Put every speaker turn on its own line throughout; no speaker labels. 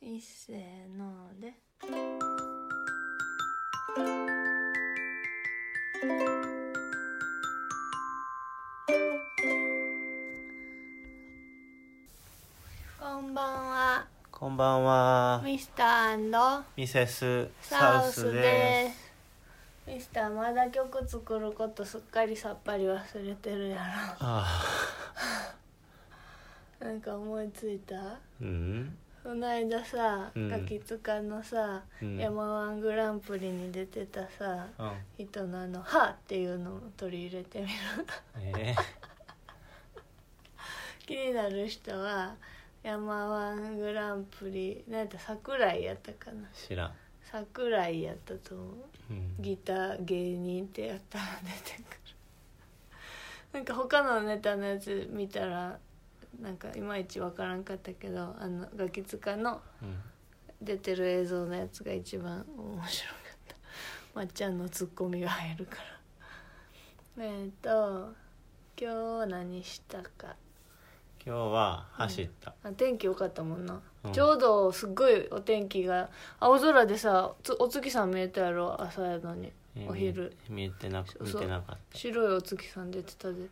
いっせーのでこんばんは
こんばんは。
ミスター
ミセス
サ
サ
ウ
ウ
ス
ス
で
です
ミスターまだ曲作ることすっかりさっぱり忘れてるや
す。あ
ろ なんか思いついた
あ、うん。
この間さ、
うん
ガキツカのさ、
うん
山ワングランプリに出てたさ
うん。
人のあの「は」っていうのを取り入れてみる
え
気になる人は山ワングランプリなんやった桜井やったかな
ー、知らん。
桜井やったと思う
うん。
ギター芸人ってやったら出てくるなんか他のネタのやつ見たらなんかいまいちわからんかったけどあのガキツカの「
うん。
出てる映像のやつが一番面白かったま っちゃんのツッコミが入るからえっ、と今日何したか
今日は走った。
あ天気良かったもんな、
うん
ちょうどすっごいお天気が青空でさつお月さん見えたやろ朝やのに
えー
お昼。
見えてなく、見
そう
てなかっ
白いお月さん出てたで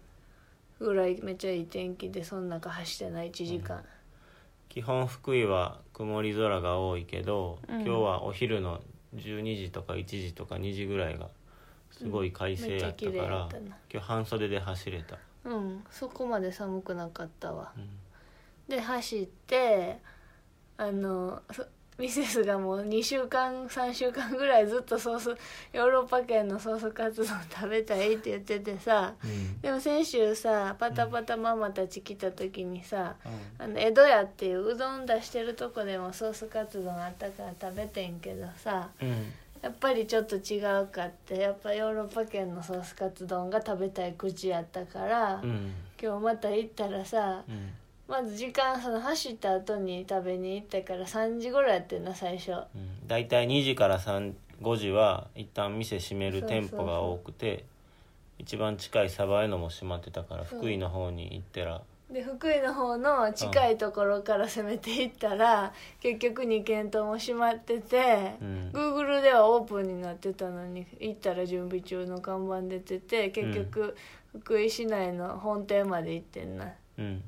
ぐらいめっちゃいい天気でその中走ってない1時間、
た。基本福井は曇り空が多いけど、
うん
今日はお昼の12時とか1時とか2時ぐらいがすごい快晴やった
うんめっちゃ綺麗
か
や
ら、
ったな
今日半袖で走れた。
うんそこまで寒くなかったわ
うん。
で走ってあのそミセスがもう2週間3週間ぐらいずっとソースヨーロッパ圏のソースカツ丼食べたいって言っててさ
うん。
でも先週さパタパタママたち来た時にさ、
うん
あの江戸屋っていううどん出してるとこでもソースカツ丼あったから食べてんけどさ
うん。
やっぱりちょっと違うかってやっぱヨーロッパ圏のソースカツ丼が食べたい口やったから、
うん。
今日また行ったらさ、
うん。
まず時間その走った後に食べに行ったから3時頃やってんな最初
うん大体2時から3 5時は一旦店閉める店舗が多くて一番近い鯖江のも閉まってたから
そう
福井の方に行ったら
で福井の方の近いところから攻めていったら結局2軒とも閉まってて、
うん
Google ではオープンになってたのに行ったら準備中の看板出てて結局福井市内の本店まで行ってんな、
うん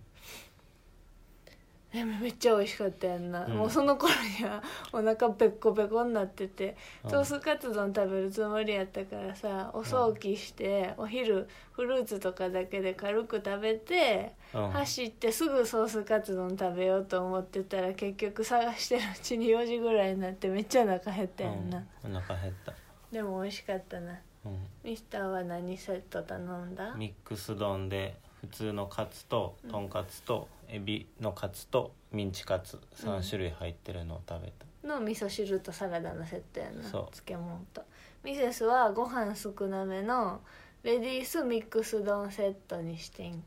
でもめっちゃ美味しかったやんな、
うん
もうその頃には お腹ペッコペコになってて
うん
ソースカツ丼食べるつもりやったからさお早起きして、お昼フルーツとかだけで軽く食べて、
うん
走ってすぐソースカツ丼食べようと思ってたら結局探してるうちに4時ぐらいになってめっちゃお腹減ったやんな、
うんお腹減った、
でも美味しかったな
うん、
ミスターは何セット頼んだ
ミックス丼で普通のカツととんかつとエビのカツとミンチカツ3種類入ってるのを食べた、
の味噌汁とサラダのセットやな
そう
漬物とミセスはご飯少なめのレディースミックス丼セットにしてん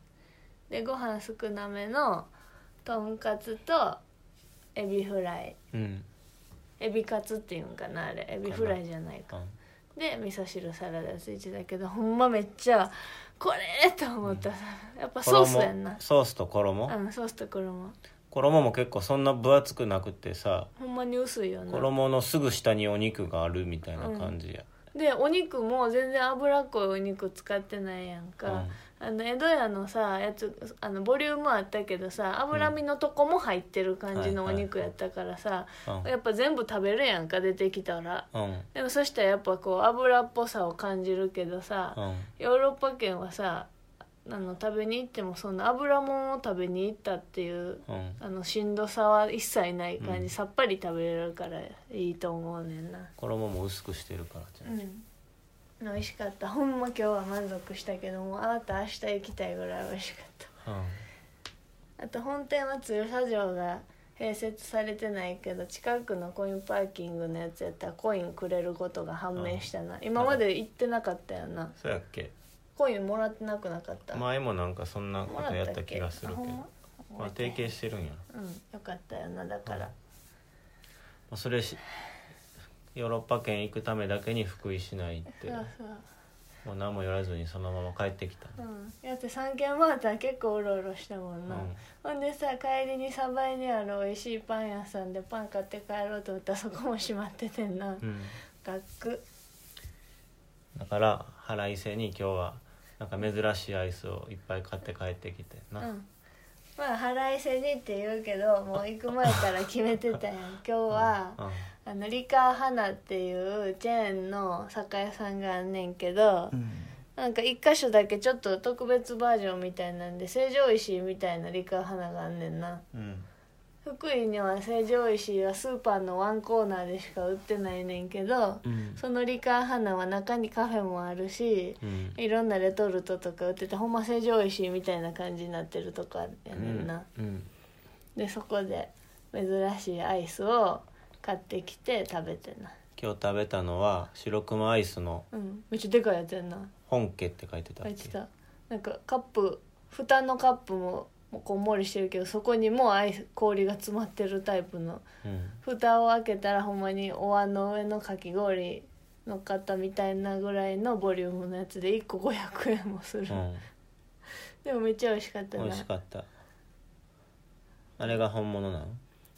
でご飯少なめのとんかつとエビフライ
うん
エビカツっていうんかなあれエビフライじゃないか
うん
で味噌汁サラダついてたけどほんまめっちゃこれと思った、やっぱソースやんな
衣ソースと衣、
うんソースと衣
衣も結構そんな分厚くなくてさ
ほんまに薄いよな
衣のすぐ下にお肉があるみたいな感じや、
でお肉も全然脂っこいお肉使ってないやんか、あの江戸屋のさやつあのボリュームあったけどさ脂身のとこも入ってる感じのお
はいはい
肉やったからさ、
うん
やっぱ全部食べるやんか出てきたら
うん
でもそしたらやっぱこう脂っぽさを感じるけどさ、
うん
ヨーロッパ圏はさあの食べに行ってもその油もんを食べに行ったっていう
うん
あのしんどさは一切ない感じ、
うん
さっぱり食べれるからいいと思うねんな。
衣も薄くしてるからじゃん
うん、美味しかったほんま今日は満足したけどもうあなた明日行きたいぐらい美味しかっ
うん
たあと本店は鶴佐城が併設されてないけど近くのコインパーキングのやつやったらコインくれることが判明したな今まで行ってなかったよな
そうやっけ
コインもらってなくなかったも
前もなんかそんなこ
ら
とや
っ
ったた
っ
気
け
がする
あ
け
ほ
ど
んま
まあ提携してるんや
うんよかったよなだから
ろそれしヨーロッパ圏行くためだけに福井市内行っ
そ
て
うそう
もう何も言わずにそのまま帰ってきた、
うん、だって3軒回ったら結構うろうろしたもんな、
うん
ほんでさ帰りにサバイにある美味しいパン屋さんでパン買って帰ろうと思ったらそこも閉まっててんな、
うん、
ガック
だから腹いせに今日はなんか珍しいアイスをいっぱい買って帰ってきて
う
な、
んまあ腹いせにって言うけどもう行く前から決めてたやん今日は、
うん
あのリカーハナっていうチェーンの酒屋さんがあんねんけど、なんか一箇所だけちょっと特別バージョンみたいなんで成城石井みたいなリカーハナがあんねんな
うん
福井には成城石井はスーパーのワンコーナーでしか売ってないねんけど、
うん
そのリカーハナは中にカフェもあるし、
うん
いろんなレトルトとか売っててほんま成城石井みたいな感じになってるとこあるやねんな、
うん
でそこで珍しいアイスを買ってきて食べてな
今日食べたのは白熊アイスの
うんめっちゃでかいやつやんな
本家って書いてたっ
入
け
ってたなんかカップ蓋のカップももうこんもりしてるけどそこにもうアイス氷が詰まってるタイプの
うん
蓋を開けたらほんまにお椀の上のかき氷乗っかったみたいなぐらいのボリュームのやつで1個500円もする、
うん
でもめっちゃ美味しかった
美
な
味しかったあれが本物なの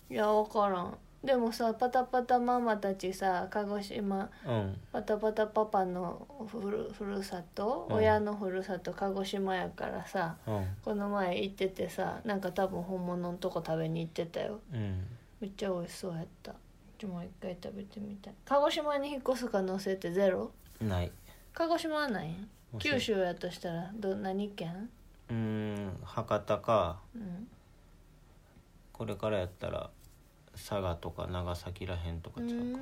いや分からんでもさパタパタママたちさ鹿児島
うん
パタパタパパのふるふるさと、
うん
親のふるさと鹿児島やからさ
うん
この前行っててさなんか多分本物のとこ食べに行ってたよ
うん
めっちゃ美味しそうやったちょもう一回食べてみたい鹿児島に引っ越す可能性ってゼロ
ない
鹿児島はないん
もし
九州やとしたらど何県
うーん博多か
うん
これからやったら佐賀とか長崎らへんと
う
かちゃうか
ん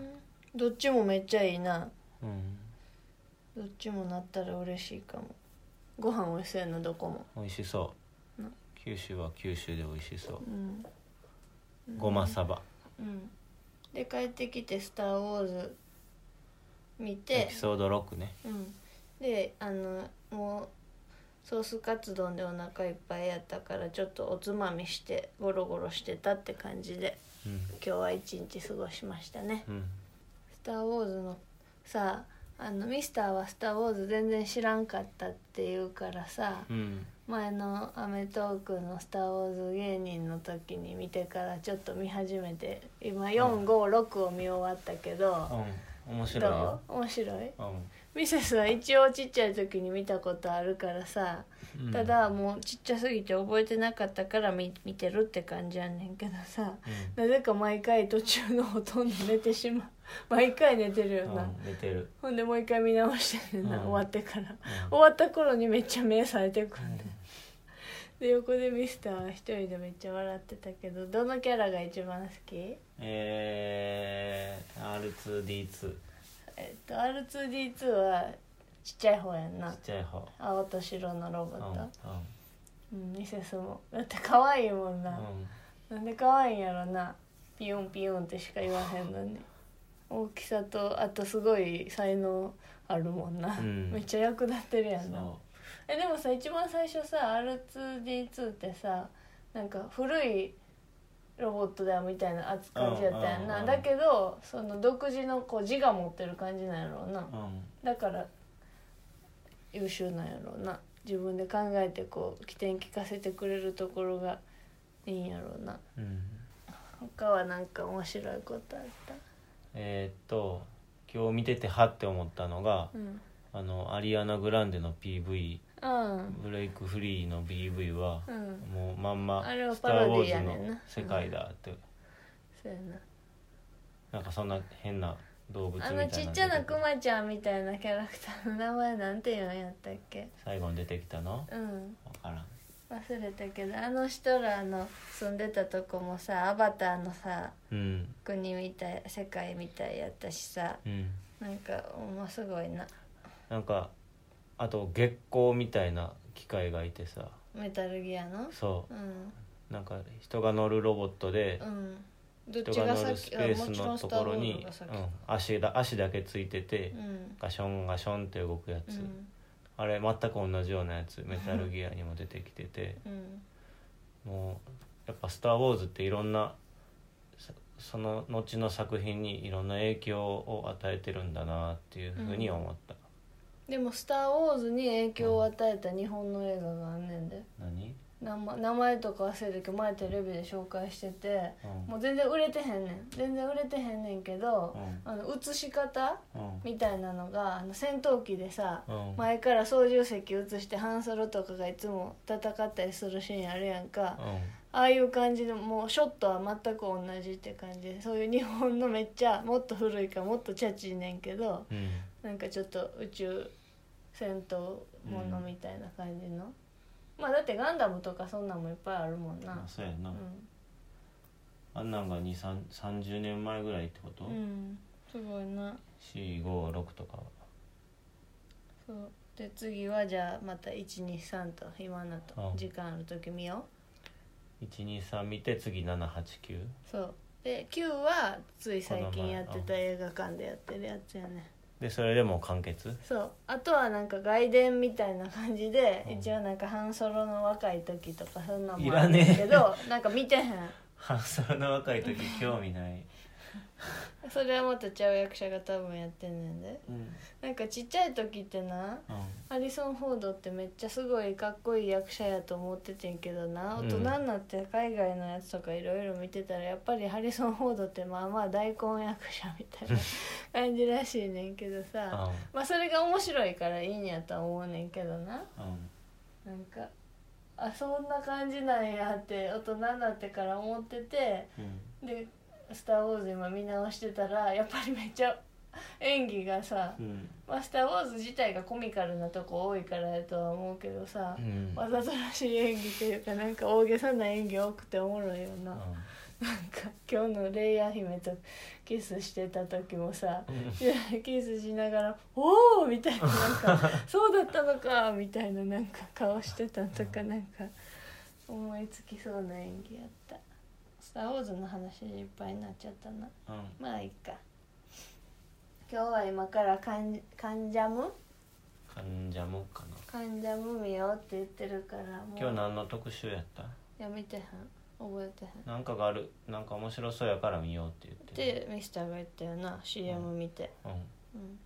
どっちもめっちゃいいな
うん
どっちもなったら嬉しいかもご飯美味しそうやなどこも
美味しそう
な
九州は九州で美味しそう
うん
ごまさば
うん、で帰ってきて「スター・ウォーズ」見
エ
て
ピ、ソード6ね
うん、であのもうソースカツ丼でお腹いっぱいやったからちょっとおつまみしてゴロゴロしてたって感じで
うん
今日は一日過ごしましたね
うん
「スター・ウォーズの」さあのミスターは「スター・ウォーズ」全然知らんかったって言うからさ
うん
前の『アメトーク』の「スター・ウォーズ」芸人の時に見てからちょっと見始めて今456を見終わったけど、
うん面白い
ど
よ
う面白い
うん
ミセスは一応ちっちゃい時に見たことあるからさ、
うん
ただもうちっちゃすぎて覚えてなかったから見見てるって感じやねんけどさ
うん
なぜか毎回途中のほとんど寝てしまう毎回寝てるよな、
うん、寝てる、
ほんでもう一回見直してんねんな、
うん
終わってから
うん
終わった頃にめっちゃ目されてくんね、ん、 で横でミスターは一人でめっちゃ笑ってたけどどのキャラが一番好き
えー、R2D2 ち
えっと R2D2 はちっちゃい方やんな
っちゃい方
青と白のロボ
うん
ッ
うん
ト、うん、ミセスもだって可愛いもんな、なんで可愛いんやろなピヨンピヨンってしか言わへんのに大きさとあとすごい才能あるもんな、
うん
めっちゃ役立ってるやんな
そ
えでもさ一番最初さ R2D2 ってさなんか古いロボットだよみたいな扱いやったやん
うんうんう
なんだけどその独自のこう自我持ってる感じなんやろうな
ううん
だから優秀なんやろうな自分で考えてこう起点聞かせてくれるところがいいんやろうな
うん
他はなんか面白いことあった
えー、っと今日見ててはって思ったのが、
うん
あのアリアナ・グランデの PV
うん
ブレイクフリーの BV は、
うん
もうまんま
あれ
「
は
スタ
パロ
ー・
デ
ウ
ィ
ォ
ーや
ー
ねん
ズ」
な
の世界だって、
そうやな
なんかそんな変な動物みた
あ
いな
の
の
ちっちゃな
出て
クマちゃんみたいなキャラクターの名前なんて言うんやったっけ
最後に出てきたの
うん
分からん
忘れたけどあの人らの住んでたとこもさアバターのさ
うん
国みたい世界みたいやったしさ
うん
なんかほんますごいな
なんかあと月光みたいな機械がいてさ
メタルギアの
そううなんか人が乗るロボットで、
んうんどっ
人
ち
が
が
乗るス
先
ペ
あも
ース
ちろ
の
んス
と
ター
こ
ウォー
ろ
ズ
に
が先
うん、足だ足だけついてて、
うん
ガションガションって動くや
う
つ、
ん
あれ全く同じようなやつメタルギアにも出てきてて
うん
もうやっぱ「スター・ウォーズ」っていろんなそその後の作品にいろんな影響を与えてるんだなっていうふうに思った、
でも「スター・ウォーズ」に影響を与えた日本の映画があんねんで
何、
名前名前とか忘れたけど前テレビで紹介してて
うん
もう全然売れてへんねん全然売れてへんねんけどあの映し方
うん
みたいなのがあの戦闘機でさ
うん
前から操縦席映してハンソロとかがいつも戦ったりするシーンあるやんかああいう感じでもうショットは全く同じって感じでそういう日本のめっちゃもっと古いからもっとチャチいねんけど
うん、うん
なんかちょっと宇宙戦闘ものみたいな感じの、まあだってガンダムとかそんなんもいっぱいあるもんな
あそうや
う
な、
ん、
あんなんが2 3 30年前ぐらいってこと、
うん、すごいな
456とか
そうで次はじゃあまた123と今のと
うん
時間ある時見よ
123見て次789
うそうで9はつい最近やってた映画館でやってるやつやね
でそれでもう完結
そうあとはなんか外伝みたいな感じで、
うん
一応なんか半ソロの若い時とかそんなん
い
もあ
ら
るん
ね
だけ
え
ど、なんか見てへん
半沢の若い時興味ない、
それはまたちゃう役者が多分やってんねんで
うん
なんかちっちゃい時ってな
う
ハリソン・フォードってめっちゃすごいかっこいい役者やと思っててんけどな
う
大
ん
人になって海外のやつとかいろいろ見てたらやっぱりハリソン・フォードってまあまあ大根役者みたいな感じらしいねんけどさ
ん
まあそれが面白いからいいんやとは思うねんけどな
うん
なんかあそんな感じなんやって大人になってから思ってて
うん
で「スター・ウォーズ」今見直してたらやっぱりめっちゃ演技がさ
う、ん
まあ、スター・ウォーズ自体がコミカルなとこ多いからやとは思うけどさ
う、ん
わざとらしい演技っていうかなんか大げさな演技多くておもろいよな、なんか今日のレイヤー姫とキスしてた時もさキスしながら「おお!」みたいななん か「そうだったのか!」みたいななんか顔してたとかなんか思いつきそうな演技やった「スター・ウォーズ」の話いっぱいになっちゃったな
うん
まあいいか今日は今からカンカンジャム
患者もかな
カンジャム見ようって言ってるからもう
今日何の特集やった
いや見てへん覚えてへん
なんかがあるなんか面白そうやから見ようって言って
でミスターが言ったよな CM 見て、
う
うん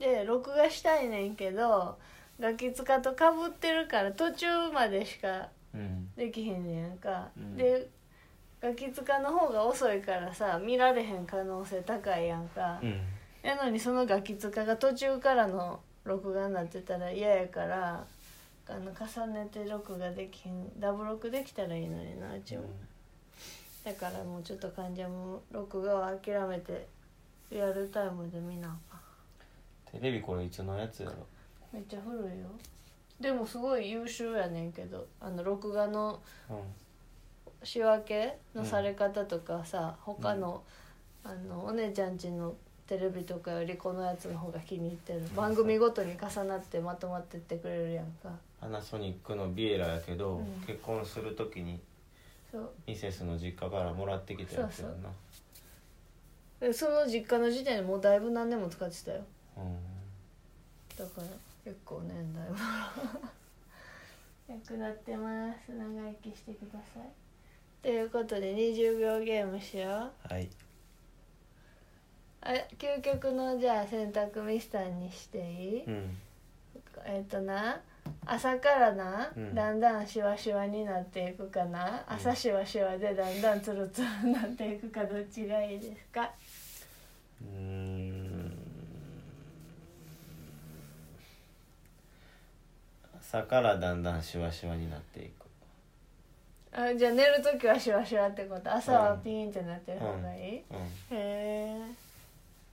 で録画したいねんけどガキ使とかぶってるから途中までしか
んうん
できへんねやんか、
うん
でガキ使の方が遅いからさ見られへん可能性高いやんか、
うん
やのにそのガキ使が途中からの録画になってたら嫌やからあの重ねて録画できんダブ録できたらいいのになうちも、だからもうちょっと患者も録画は諦めてリアルタイムで見なあかん
テレビこれいつのやつやろ
めっちゃ古いよでもすごい優秀やねんけどあの録画の
うん
仕分けのされ方とかさ、他の,、あのお姉ちゃんちのテレビとかよりこのやつの方が気に入ってる番組ごとに重なってまとまってってくれるやんか
パナソニックのビエラやけど、
うん
結婚するときに
そう
ミセスの実家からもらってきたやつやんな
でその実家の時点でもうだいぶ何年も使ってたよ
うん
だから結構年 代は役立ってます長生きしてくださいということで20秒ゲームしよう
はい
あ究極のじゃあ選択ミスターにしていい、
うん
えっ、とな朝からな、
うん
だんだんシワシワになっていくかな
うん
朝シワシワでだんだんツルツルになっていくかどっちがいいですか
うーん朝からだんだんシワシワになっていく
あじゃあ寝る時はシワシワってこと朝はピーンってなってる方がいい、へ
うん
え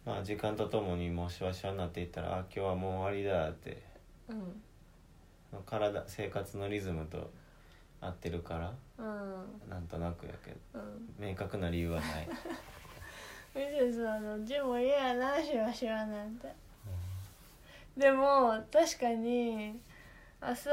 まあ時間とともにもうシワシワになっていったらあ今日はもう終わりだって
うん
体生活のリズムと合ってるから
うん
なんとなくやけど
うん
明確な理由はない、
ミセスはどっちも嫌やなシワシワなんてでも確かに朝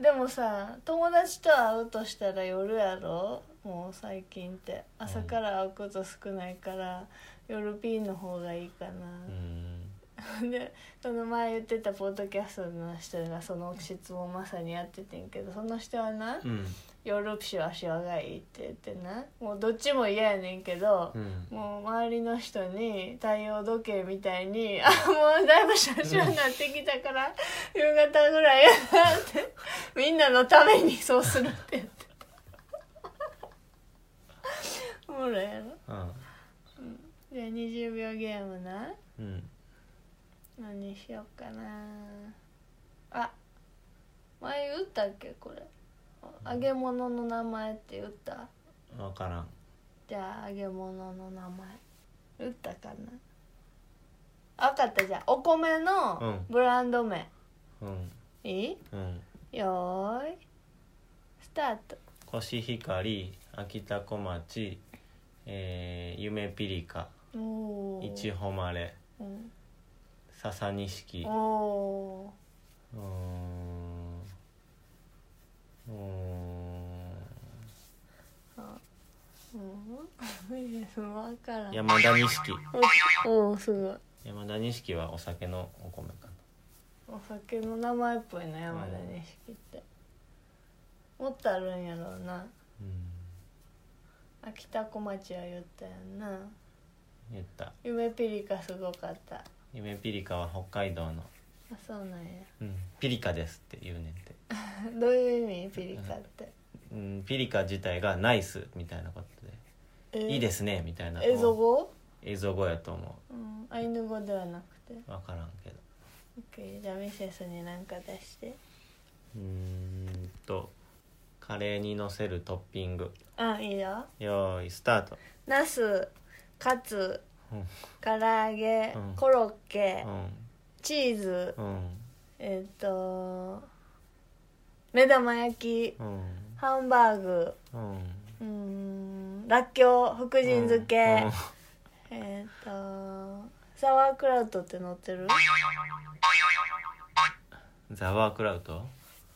でもさ友達と会うとしたら夜やろもう最近って朝から会うこと少ないから、夜ピンの方がいいか
うーん
な、でその前言ってたポッドキャストの人がその質問まさにやっててんけどその人はな、
うん
ヨーロッパシワシワがいいって言ってなもうどっちも嫌やねんけど
う、ん
もう周りの人に太陽時計みたいに「あもうだいぶシャシワになってきたから 夕方ぐらいやな」ってみんなのためにそうするって言って た。ほらやろ
うん
じゃあ20秒ゲームな
うん
何しようかなあ前言ったっけこれあ揚げ物の名前って言った
分からん
じゃあ揚げ物の名前言ったかな分かったじゃあお米の
う
ブランド名、
うん
い
うん
いよーいスタート
コシヒカリ秋田小町えー、夢ピリカ
おー
いちほまれ
うん
笹錦う
お
ーんうーん
ーうん いや分からん
山田錦
おおすごい
山田錦はお酒のお米か
お酒の名前っぽいな山田錦って、もっとあるんやろうな
なうん
秋田小町は言ったやんな
言った
夢ピリカすごかったあ
夢ピリカは北海道の、
そうなんや
うん、ピリカですって言うねんて、
どういう意味ピリカって、
うん、ピリカ自体がナイスみたいなこと
え
でいいですすねみたいな
エゾ語、
映像語やと思
うん、アイヌ語ではなくて
う分からんけど
OK じゃあミセスに何か出して
うーんとカレーにのせるトッピング
あいいよ
よーいスタート
ナスカツ
うん
唐揚げ、
うん
コロッケ、
う
チーズ、
んうん
えっ、と目玉焼き
うん
ハンバーグ、
うん
うーん、らっきょう、福神漬け、
うん
えっ、と、サワークラウトって乗ってる、
うんザワークラウト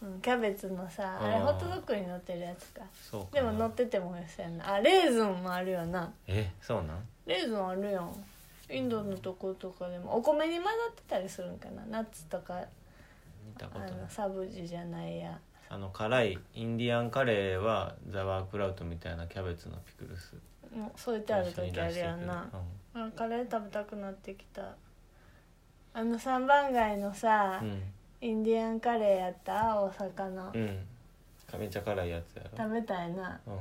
うん、キャベツのさ、
うん
あれホットドッグに乗ってるやつか。
そうか
で
な
も乗ってても美味しそうやな。あ、レーズンもあるよな。
えそうなん
レーズンあるやん。インドのとことかでもお米に混ざってたりするんかなナッツとか
見た
あ
ことない
のサブジじゃないや
あの辛いインディアンカレーはザワークラウトみたいなキャベツのピクルス
もう添えてある時あるやんな
う、
あカレー食べたくなってきたあの三番街のさ、
ん
インディアンカレーやった大阪の、
うん、うん、めっちゃ辛いやつやろ、
食べたいな
うん、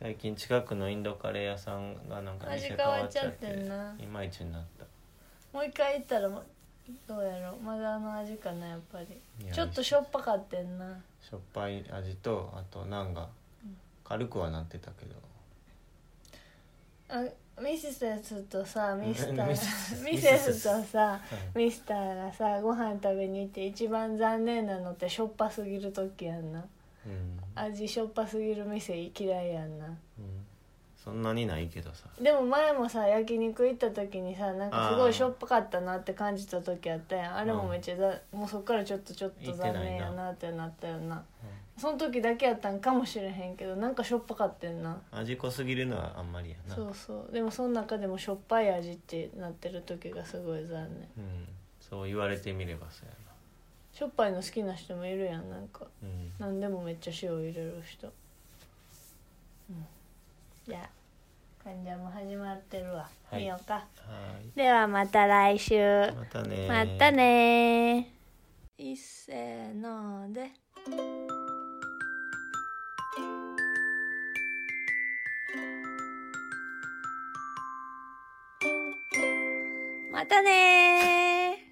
最近近くのインドカレー屋さんがなんか
味
店
変
変
わ
わ
っ
っ
ち
ち
ゃ
ゃ
っ
ってて
んない
まいちになった
もう一回行ったらもどうやろうまだあの味かなやっぱり
いや
ちょっとしょっぱかってんな
しょっぱい味とあとナンが軽くはなってたけ ど
あミセスとさ ミスタ
ミセ
ー
ス
ミセスとさ
う
ミスターがさご飯食べに行って一番残念なのってしょっぱすぎる時やんな
うん、
味しょっぱすぎる店嫌いやんな
うん、そんなにないけどさ
でも前もさ焼肉行った時にさなんかすごいしょっぱかったなって感じた時あったやんあれもめっちゃだ、もうそっからちょっとちょっと残念やなってなったよなその時だけやったんかもしれへんけどなんかしょっぱかってんな
味濃すぎるのはあんまりやな
そうそうでもその中でもしょっぱい味ってなってる時がすごい残念
うん、そう言われてみればそうや
しょっぱいの好きな人もいるやんなんか
なうん
何でもめっちゃ塩入れる人うんじゃあ患者も始まってるわ、
はい
見ようか
は
ではまた来週
ーいまたねー
またねー。いっせーので。またねー。